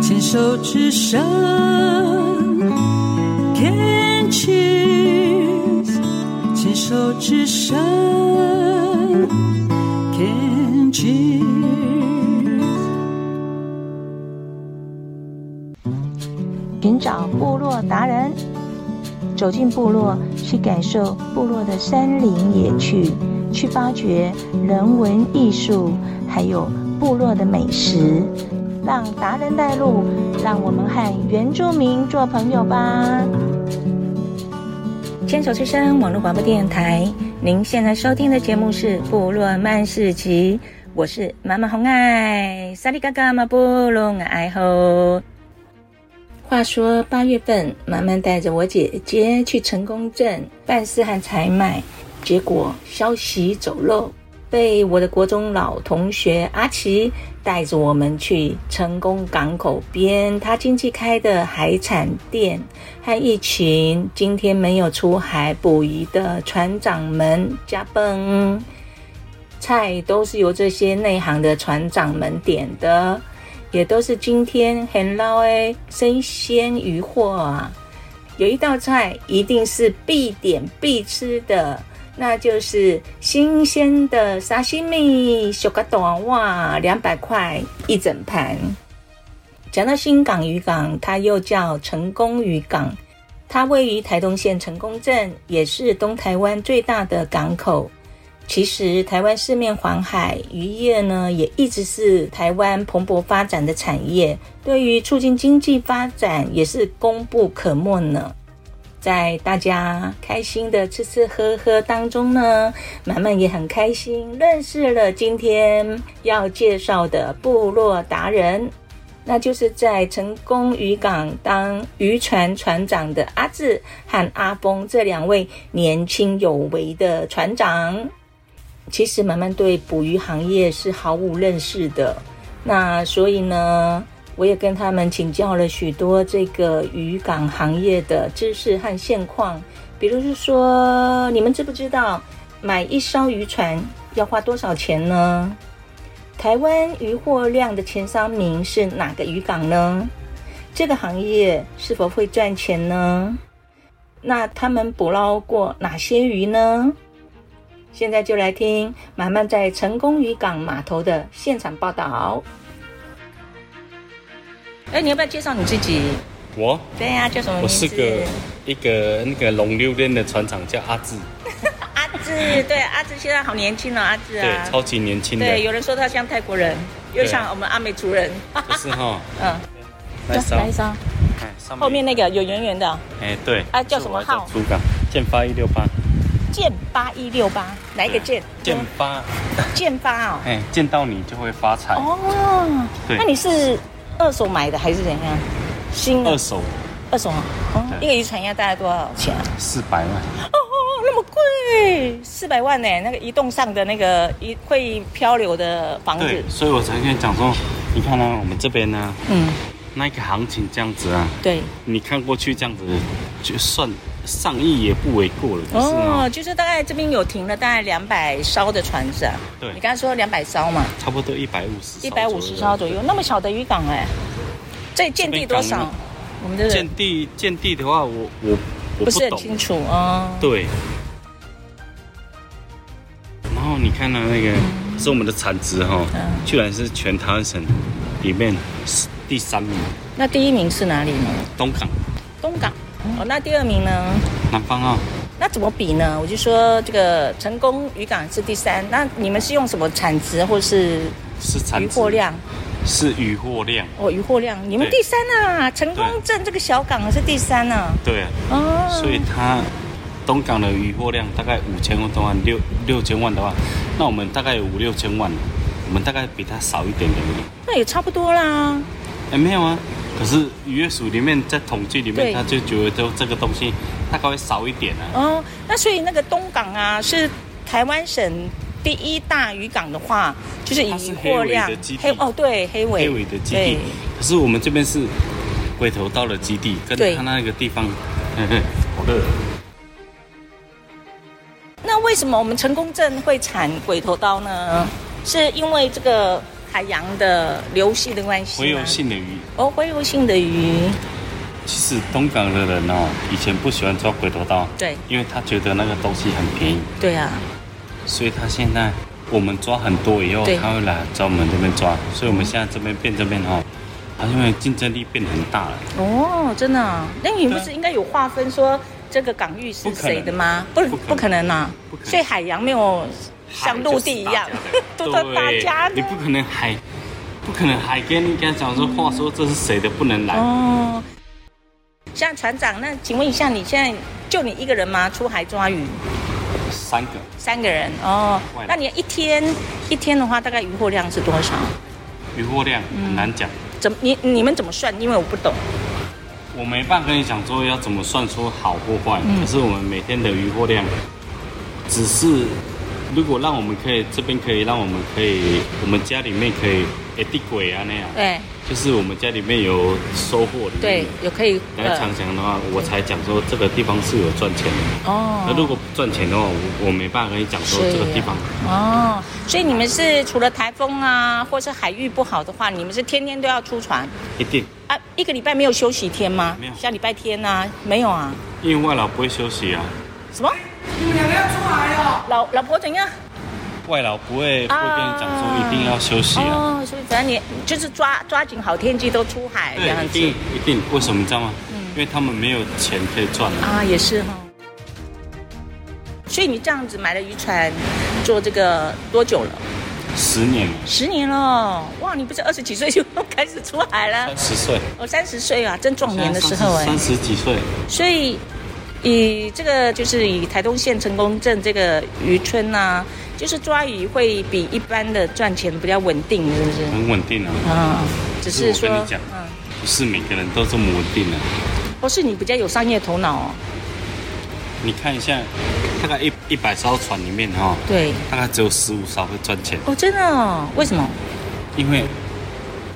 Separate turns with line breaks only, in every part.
牵手之声，Can cheers，牵手之声，Can cheers。
寻找部落达人，走进部落，去感受部落的山林野趣，去发掘人文艺术，还有部落的美食，让达人带路，让我们和原住民做朋友吧。牵手之声网络广播电台，您现在收听的节目是《部落漫市集》，我是妈妈红爱，萨利嘎嘎嘛布隆爱吼。话说八月份，妈妈带着我姐姐去成功镇办事和采买，结果消息走漏，被我的国中老同学阿奇带着我们去成功港口边他亲戚开的海产店，和一群今天没有出海捕鱼的船长们加崩。菜都是由这些内行的船长们点的，也都是今天很捞诶生鲜鱼货啊。有一道菜一定是必点必吃的，那就是新鲜的沙西米小个短袜，两百块一整盘。讲到新港渔港，它又叫成功渔港，它位于台东县成功镇，也是东台湾最大的港口。其实，台湾四面环海，渔业呢也一直是台湾蓬勃发展的产业，对于促进经济发展也是功不可没呢。在大家开心的吃吃喝喝当中呢，满满也很开心，认识了今天要介绍的部落达人，那就是在成功渔港当渔船船长的阿志和阿峰这两位年轻有为的船长。其实满满对捕鱼行业是毫无认识的，那所以呢，我也跟他们请教了许多这个渔港行业的知识和现况，比如是说，你们知不知道买一艘渔船要花多少钱呢？台湾渔获量的前三名是哪个渔港呢？这个行业是否会赚钱呢？那他们捕捞过哪些鱼呢？现在就来听满满在成功渔港码头的现场报道。哎，你要不要介绍你自己？
我
对呀、叫什么名
我
字？
是个一个那个龙溜链的船长，叫阿志，
阿志，对阿志现在好年轻哦，阿志
对
啊，，
超级年轻的，
对有人说他像泰国人，又
对
像我们阿美族人，
就 是哈，
嗯，
来烧，
张，
哎上
后面那个有圆圆的哦
哎对，
啊叫什么号
是我叫猪港剑八一六八，
剑八一六八，哪一个剑？
嗯剑八，
剑八哦，
哎见到你就会发财，
哦，
对
那你是二手买的还是怎样？新的
二手
二手哦，哦，一
对
个渔船要大概多少钱啊？
四百万，
哦，那么贵，四百万呢？那个移动上的那个一会漂流的房子
对，，所以我才跟你讲说，你看呢、啊我们这边呢、
嗯，
那个行情这样子啊，
对，
你看过去这样子，就算上亿也不为过了，可是啊呢，
哦，就是大概这边有停了大概两百艘的船只啊。
对
你刚才说两百艘嘛，
差不多一百五十，
一百五十艘左右，那么小的渔港哎，这见地多
这边
少
港？
我们这
见
个
地见地的话，我我我
不是很
懂
清楚哦。
对。然后你看到那个是我们的产值哈、
嗯
居然是全台湾省里面是第三名，
那第一名是哪里呢？
东港
东港。
嗯
哦，那第二名呢？
南方啊澳，
那怎么比呢？我就说这个成功渔港是第三，那你们是用什么产值或是
是产
渔
值
获量？
是渔获量，
哦，渔获量，你们
对
第三啊，成功镇这个小港是第三啊，
对啊、
哦，
所以它东港的渔获量大概五千多万六六千万的话，那我们大概有五六千万，我们大概比它少一点点而已。
那也差不多啦，
哎、没有啊。可是渔业署里面在统计里
对
面，他就觉得都这个东西大概会少一点啊。
哦，那所以那个东港啊是台湾省第一大渔港的话，就是以
它是
渔
黑尾
获量
的基地
哦对黑尾
黑尾的基
对
地，可是我们这边是龟头到了基地，跟
对
他那个地方，嘿嘿好热。
那为什么我们成功镇会产鬼头刀呢？是因为这个海洋的流系的关系
洄
吗
游性的鱼，
哦，洄游性的鱼，
其实东港的人哦，以前不喜欢抓鬼头刀，
对
因为他觉得那个东西很便宜，
对啊，
所以他现在我们抓很多以后
对，
他会来找我们这边抓，所以我们现在这边变这边哦，他因为竞争力变很大了，
哦，真的啊、那你们
对
不是应该有划分说这个港域是
不可能
谁的吗？不
不可，能
不可能啊
不可！能
所以海洋没有像陆地一样，都在大家
你
的
不可能还不可能还跟人家讲说话说这是谁的不能来，
哦。像船长，那请问一下，你现在就你一个人吗？出海抓鱼，
三个
三个人哦
外。劳
那你一天一天的话，大概渔获量是多少？
渔获量很难讲。
怎么你你们怎么算？因为我不懂。
我没办法跟你讲说要怎么算出好或坏，
嗯
可是我们每天的渔获量，只是如果让我们可以这边可以让我们可以，我们家里面可以诶地鬼啊那样，
对
就是我们家里面有收获的，
哎对，有可以
来常讲的话，我才讲说这个地方是有赚钱的。那如
哦
果不赚钱的话，我我没办法跟你讲说
是
这个地方
哦，所以你们是除了台风啊，或是海域不好的话，你们是天天都要出船
一定，
啊？一个礼拜没有休息天吗？
没有
像礼拜天啊，没有啊？
因为外劳不会休息啊，
什么？你们两个要出海哦？老老婆怎样？
外劳不会不会跟你讲说
啊
一定要休息啊，
哦，所以只要你就是抓抓紧好天气都出海这
对，
样
一
子
定一定，为什么你知道吗？因为他们没有钱可以赚啊。
啊，也是哈、所以你这样子买了渔船，做这个多久了？
十年了，
十年了，哇！你不是二十几岁就开始出海了
三？十岁，
我三十岁啊，正壮年的时候哎、
三十几岁，
所以以这个就是以台东县成功镇这个渔村呐、就是抓鱼会比一般的赚钱比较稳定，是不是？
很稳定啊，
啊，只是
可是我跟
说
你讲，
嗯，
不是每个人都这么稳定的、啊
不是你比较有商业头脑哦，
你看一下，大概一一百艘船里面哈、
对，
大概只有十五艘会赚钱，
哦，真的哦，为什么？
因为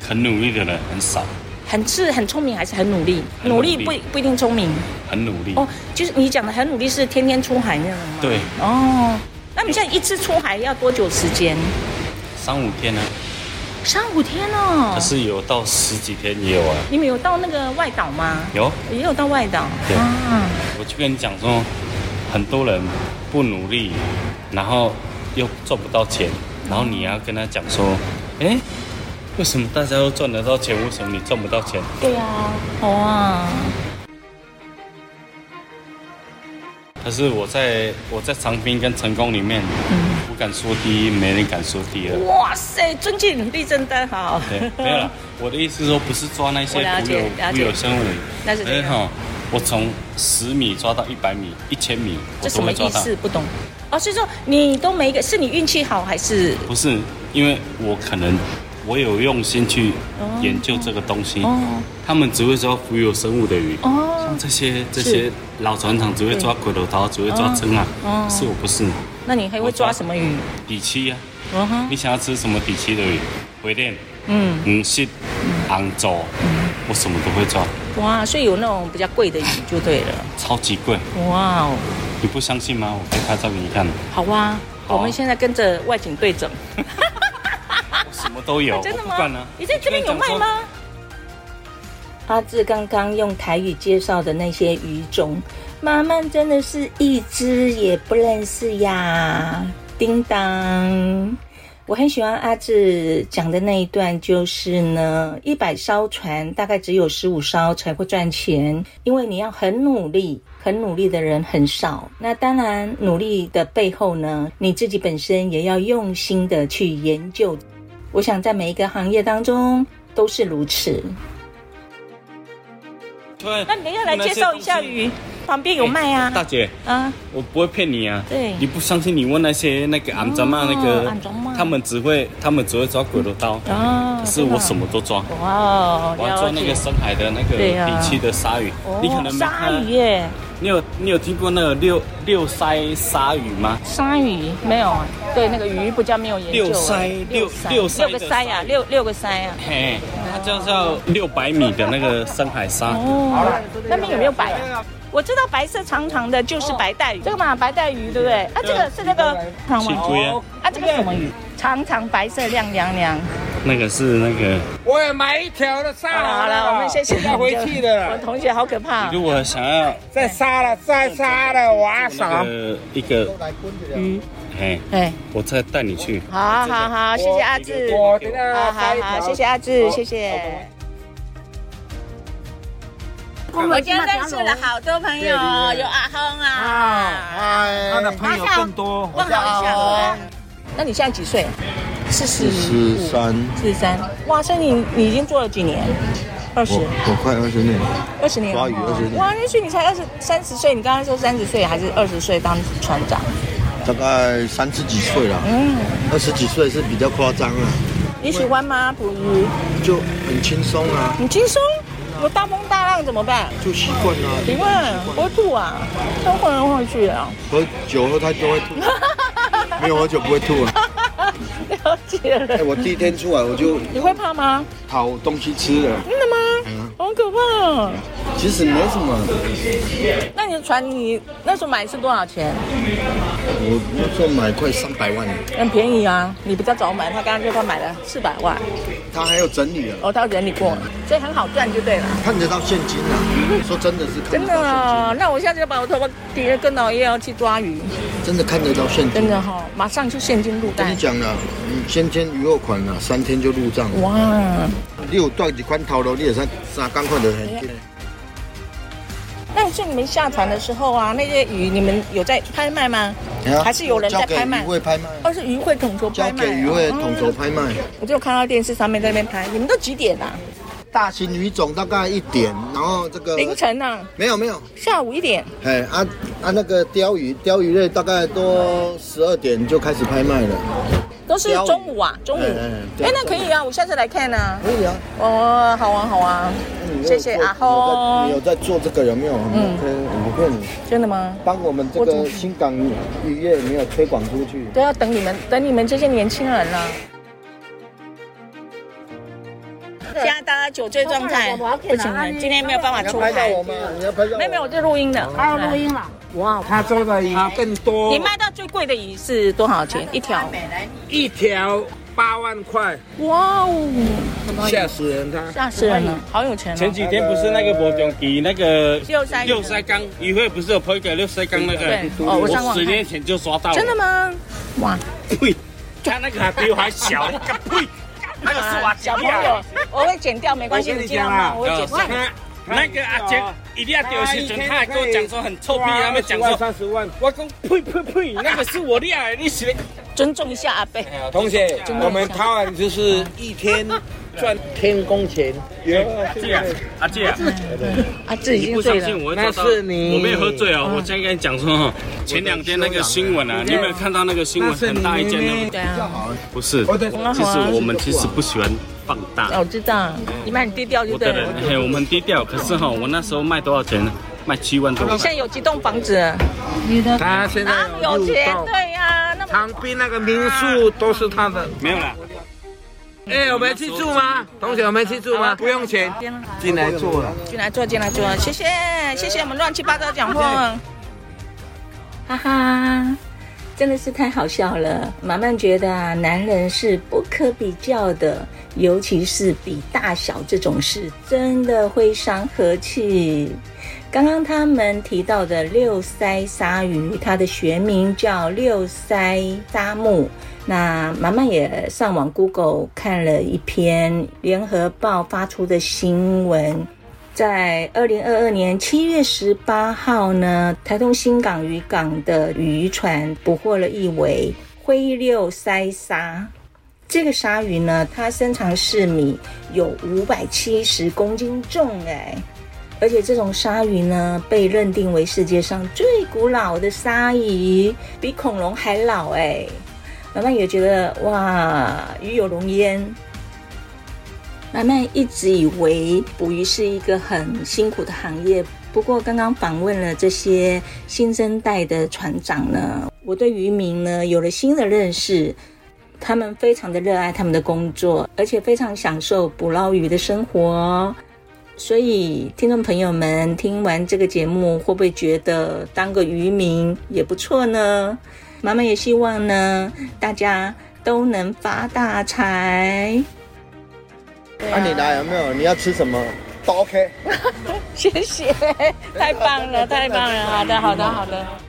很努力的人很少，
很是很聪明还是很努力？
很
努
努
力
力
不不一定聪明
很努力。
哦，就是你讲的很努力是天天出海那种吗？
对，
哦，那你现在一次出海要多久时间？
三五天啊呢、
三五天哦。
可是有到十几天也有啊，
你们有到那个外岛吗？
有。
也有到外岛。
对
啊，
我就跟你讲说，很多人不努力，然后又赚不到钱，然后你要跟他讲说，哎、为什么大家都赚得到钱，为什么你赚不到钱？
对啊，哇，
可是我在我在长滨跟成功里面，不敢说第一，没人敢说第二。
哇塞，尊敬地震灯好。
对，没有啦。我的意思是说，不是抓那些
我了
浮
解
游
了
浮
解
游生物，
那是怎样
哎吼我从十米抓到一百米、一千米，
这
我
什
都
么
会抓
意
到。
思？不懂。哦，所以说你都没个，是你运气好还是？
不是，因为我可能我有用心去研究这个东西，
哦
他们只会抓浮游生物的鱼，
哦，
这些这些老船长只会抓鬼头桃，只会抓蒸啊，
哦
可是我不是
那你还会抓什么鱼？
底栖啊，
嗯哼，
你想要吃什么底栖的鱼？回电、
嗯，
红蟹、昂州，我什么都会抓，
哇，所以有那种比较贵的鱼就对了。
超级贵，
哇哦，
你不相信吗？我可以拍照给你看，
好啊，
好
我们现在跟着外景对整。
我什么都有，
真的
我
吗
不管啊？
你在这边有卖
我跟你讲说？
吗？阿志刚刚用台语介绍的那些鱼种，妈妈真的是一只也不认识呀！叮当，我很喜欢阿志讲的那一段，就是呢，一百艘船大概只有十五艘才会赚钱，因为你要很努力，很努力的人很少。那当然，努力的背后呢，你自己本身也要用心的去研究我想在每一个行业当中都是如此。
对，
那你等一下来介绍一下鱼，旁边有卖
哎
啊
大姐。
啊！
我不会骗你啊！
对哦
你不相信，你问那些那个俺咱妈那个
俺咱妈，
他们只会他们只会抓鬼头刀，
哦
可是我什
么？
么都抓，
哇哦，
我还抓
了
那个
解。
深海的那个
对啊
底栖的鲨鱼
哦，，
你可能没
鲨
看到
鱼耶，
你有你有听过那个六六鳃鲨鱼吗？
鲨鱼没有啊？对，那个鱼不叫没有研究啊。
六鳃
六
六
鳃
六鳃
六
的
个鳃啊，
鲨鱼
六六个鳃啊。
嘿，它叫叫六百米的那个深海鲨，
哦，那边有没有白啊？我知道白色长长的就是白带鱼，这个嘛白带鱼对不对？啊，这个是那个
金龟啊，
啊，这个什么鱼？长长白色亮亮亮，
那个是那个，
我也买一条了，杀了。
好了，我们谢谢你
要回去的
我
了，
同学好可怕、啊
如果想要
再杀了，再杀了，我要
那
杀。
个一个
嗯，
哎，
哎，
我再带你去。
好好好，谢谢阿志，啊
我等下
好
杀
好
一条
好，谢谢阿志，
好
谢谢。
我今天认识了
好多朋友，哦有阿轰啊，
他的朋友更多，
问好一下安。那你现在几岁？四十
十三，
四十三。哇，所以你你已经做了几年？二十
我我快二十年，
二十年了
抓鱼
哦
20年
哇，那所以你才二十三十岁，你刚刚说三十岁还是二十岁当船长？
大概三十几岁了，
嗯
二十几岁是比较夸张了，
你喜欢吗？捕鱼？
就很轻松啊，
你轻松？有大风大浪怎么办？
就习惯了。
请问不会吐啊？都会人会去啊？
喝酒喝太多会 吐，没有喝酒不会吐啊。
了解
哎，
了。
我第一天出来我就
你会怕吗？
讨东西吃了，
真的吗
嗯？
好可怕哦！
其实没什么，
那你的船你那时候买是多少钱？
我那时候买快三百万，
很便宜啊，你比较早买，他刚刚就他买了四百万，
他还有整理啊，
哦，他整理过，所以很好赚就对了。
看得到现金啊。说真的是看
真
得
的
到现
啊，那我下次就把我头发底下跟老叶要去抓鱼，
金，真的看得到现金
真。的哈、马上就现金入
跟
袋
你。讲了，你先签余后款了，三天就入账。了。
哇，
啊你有带一款头路，你也三三干款就很
哎
紧。
那是你们下船的时候啊，那些鱼你们有在拍卖吗？还是有人在拍卖
啊交给渔？会拍卖，
哦，是鱼会统筹
交
拍卖、
给渔会统筹。拍卖。
哦我就有看到电视上面在那边拍，你们都几点啊？
大型鱼种大概一点，然后这个
凌晨啊，
没有没有，
下午一点。
哎啊啊那个鲷鱼，鲷鱼类大概都十二点就开始拍卖了。
都是中午啊，中午。
哎哎哎
哎，那可以啊，我下次来看啊。
可以啊，
哦，好啊，好啊，
嗯
谢谢阿
你
轰
有。在你有在做这个有没有？嗯，OK，我骗你，
真的吗？
帮我们这
我怎么
个新港渔业没有推广出去。
都要等你们，等你们这些年轻人了。现在大家酒醉状态，不行了，今天没有办法出
拍到
海。
我们，你要拍到我
没有没有，我，在录音的。
还有录音了，哇，
他做的鱼更多，
你卖到最贵的鱼是多少钱一条？
一条八万块，
哇哦，
吓死人他。
吓死人了，好有钱
前
哦！
几天不是那个博中迪那个
六塞
六塞缸，渔会不是有推给六塞缸那个？
对哦我上网看
十年前就刷到了。
真的吗？哇，
呸！他那个还比我还小，你个呸！那个是我啊
小朋友，我会剪掉，没关系，
我跟
你
你
尽量
讲啊
骂，我会剪掉。
他
那个阿杰一定要丢时准，他还跟我讲说很臭屁，他们讲说
三十万。
我讲呸呸呸， 那个是我的啊，你是
尊重一下阿贝。
哎同学，我们台湾就是一 天赚天工钱，
阿杰啊阿杰啊，
阿志已
你
经
不
醉
相
了。
信我会做到？
那是你
我没有喝醉哦，我现在跟你讲说哦，前两天那个新闻啊，你有没有看到那个新闻
那是
很
你
大一件
妹
的？
对啊，
不是，
我的
其实我们其实不喜欢放大。
我知道，你们很低调就
我
对
的人
了。，
嘿，我们很低调。可是哈，我那时候卖多少钱呢？卖七万多
你
块
现。在有几栋房子？啊，
他现在
有
有
钱
六栋，
对呀、那么
旁边那个民宿都是他的。
没有啦，
哎，我们去住吗？同学，我们去住吗？不用钱，进来住了。
进来坐，进来坐，谢谢谢谢我们乱七八糟讲话，哈哈。真的是太好笑了，满满觉得啊，男人是不可比较的，尤其是比大小这种事，真的会伤和气。刚刚他们提到的六鳃鲨鱼，它的学名叫六鳃鲨目。那妈妈也上网 Google 看了一篇《联合报》发出的新闻，在二零二二年七月十八号呢，台东新港渔港的渔船捕获了一尾灰六鳃鲨。这个鲨鱼呢，它身长四米，有五百七十公斤重哎。而且这种鲨鱼呢，被认定为世界上最古老的鲨鱼，比恐龙还老哎。慢慢也觉得哇，鱼有龙焉。慢慢一直以为捕鱼是一个很辛苦的行业，不过刚刚访问了这些新生代的船长呢，我对渔民呢有了新的认识。他们非常的热爱他们的工作，而且非常享受捕捞鱼的生活。哦所以，听众朋友们听完这个节目，会不会觉得当个渔民也不错呢？妈妈也希望呢，大家都能发大财。
那、啊你来有没有？你要吃什么？都 OK。
谢谢，太棒了，太棒了，好的，好的，好的。